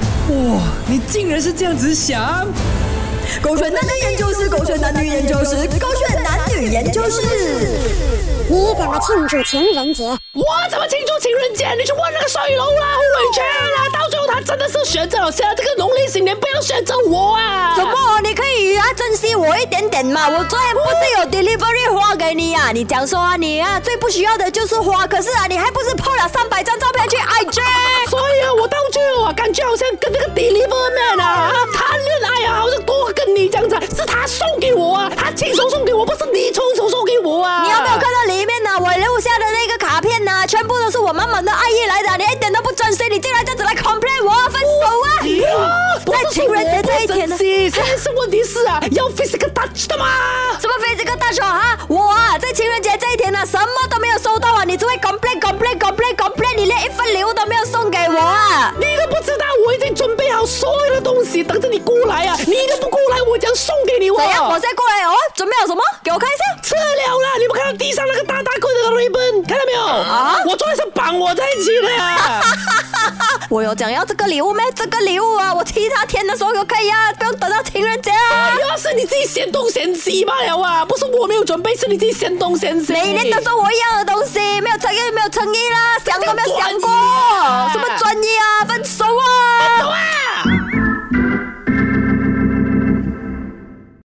哇，你竟然是这样子想！狗选男女研究室，狗选男女研究室，狗选男女研究室。你怎么庆祝情人节？我怎么庆祝情人节？你去问那个帅龙啦、胡伟全啦，到最后他真的是选择了现在这个农历新年，不要选择我啊！怎么？你可以啊，珍惜我一点点嘛！我昨天不是有 delivery 花给你啊？你讲说啊，你啊最不需要的就是花，可是啊，你还不是 PO 了三百张照片去 IG？所以啊，我到最后啊，感觉好像跟那个 deliver man 啊谈恋爱啊，好像多跟你这样子啊，是他送给我啊，他亲手送给我，不是你亲手送给我啊！你有没有看到里面呢、我留下的那个卡片呢、全部都是我满满的爱意来的，你一点都不珍惜，你竟然这样子来 complain 我分哎手啊！不在是情人节这一天呢我不珍惜现在是问题是啊，要 physical touch 的嘛。什么飞这个大手哈？我啊，在情人节这一天呢、什么都没有收到啊，你只会 complain complain complain complain，你连一份礼物都没有送给我啊！你都不知道，我已经准备好所有的东西，等着你过来啊！你都不过来，我将送给你哦。怎样？我再过来哦，准备好什么？给我看一下。吃了啦！你们看到地上那个大大个的 ribbon，看到没有？啊！我昨天是绑我在一起的啊。我有讲要这个礼物没？这个礼物啊，我其他天的时候就可以啊，不用等到情人节啊。要是你自己嫌东嫌西罢了啊！不是我没有准备，是你自己嫌东嫌西。每年都送我一样的东西，没有诚意，没有诚意啦，想都没有想啊啊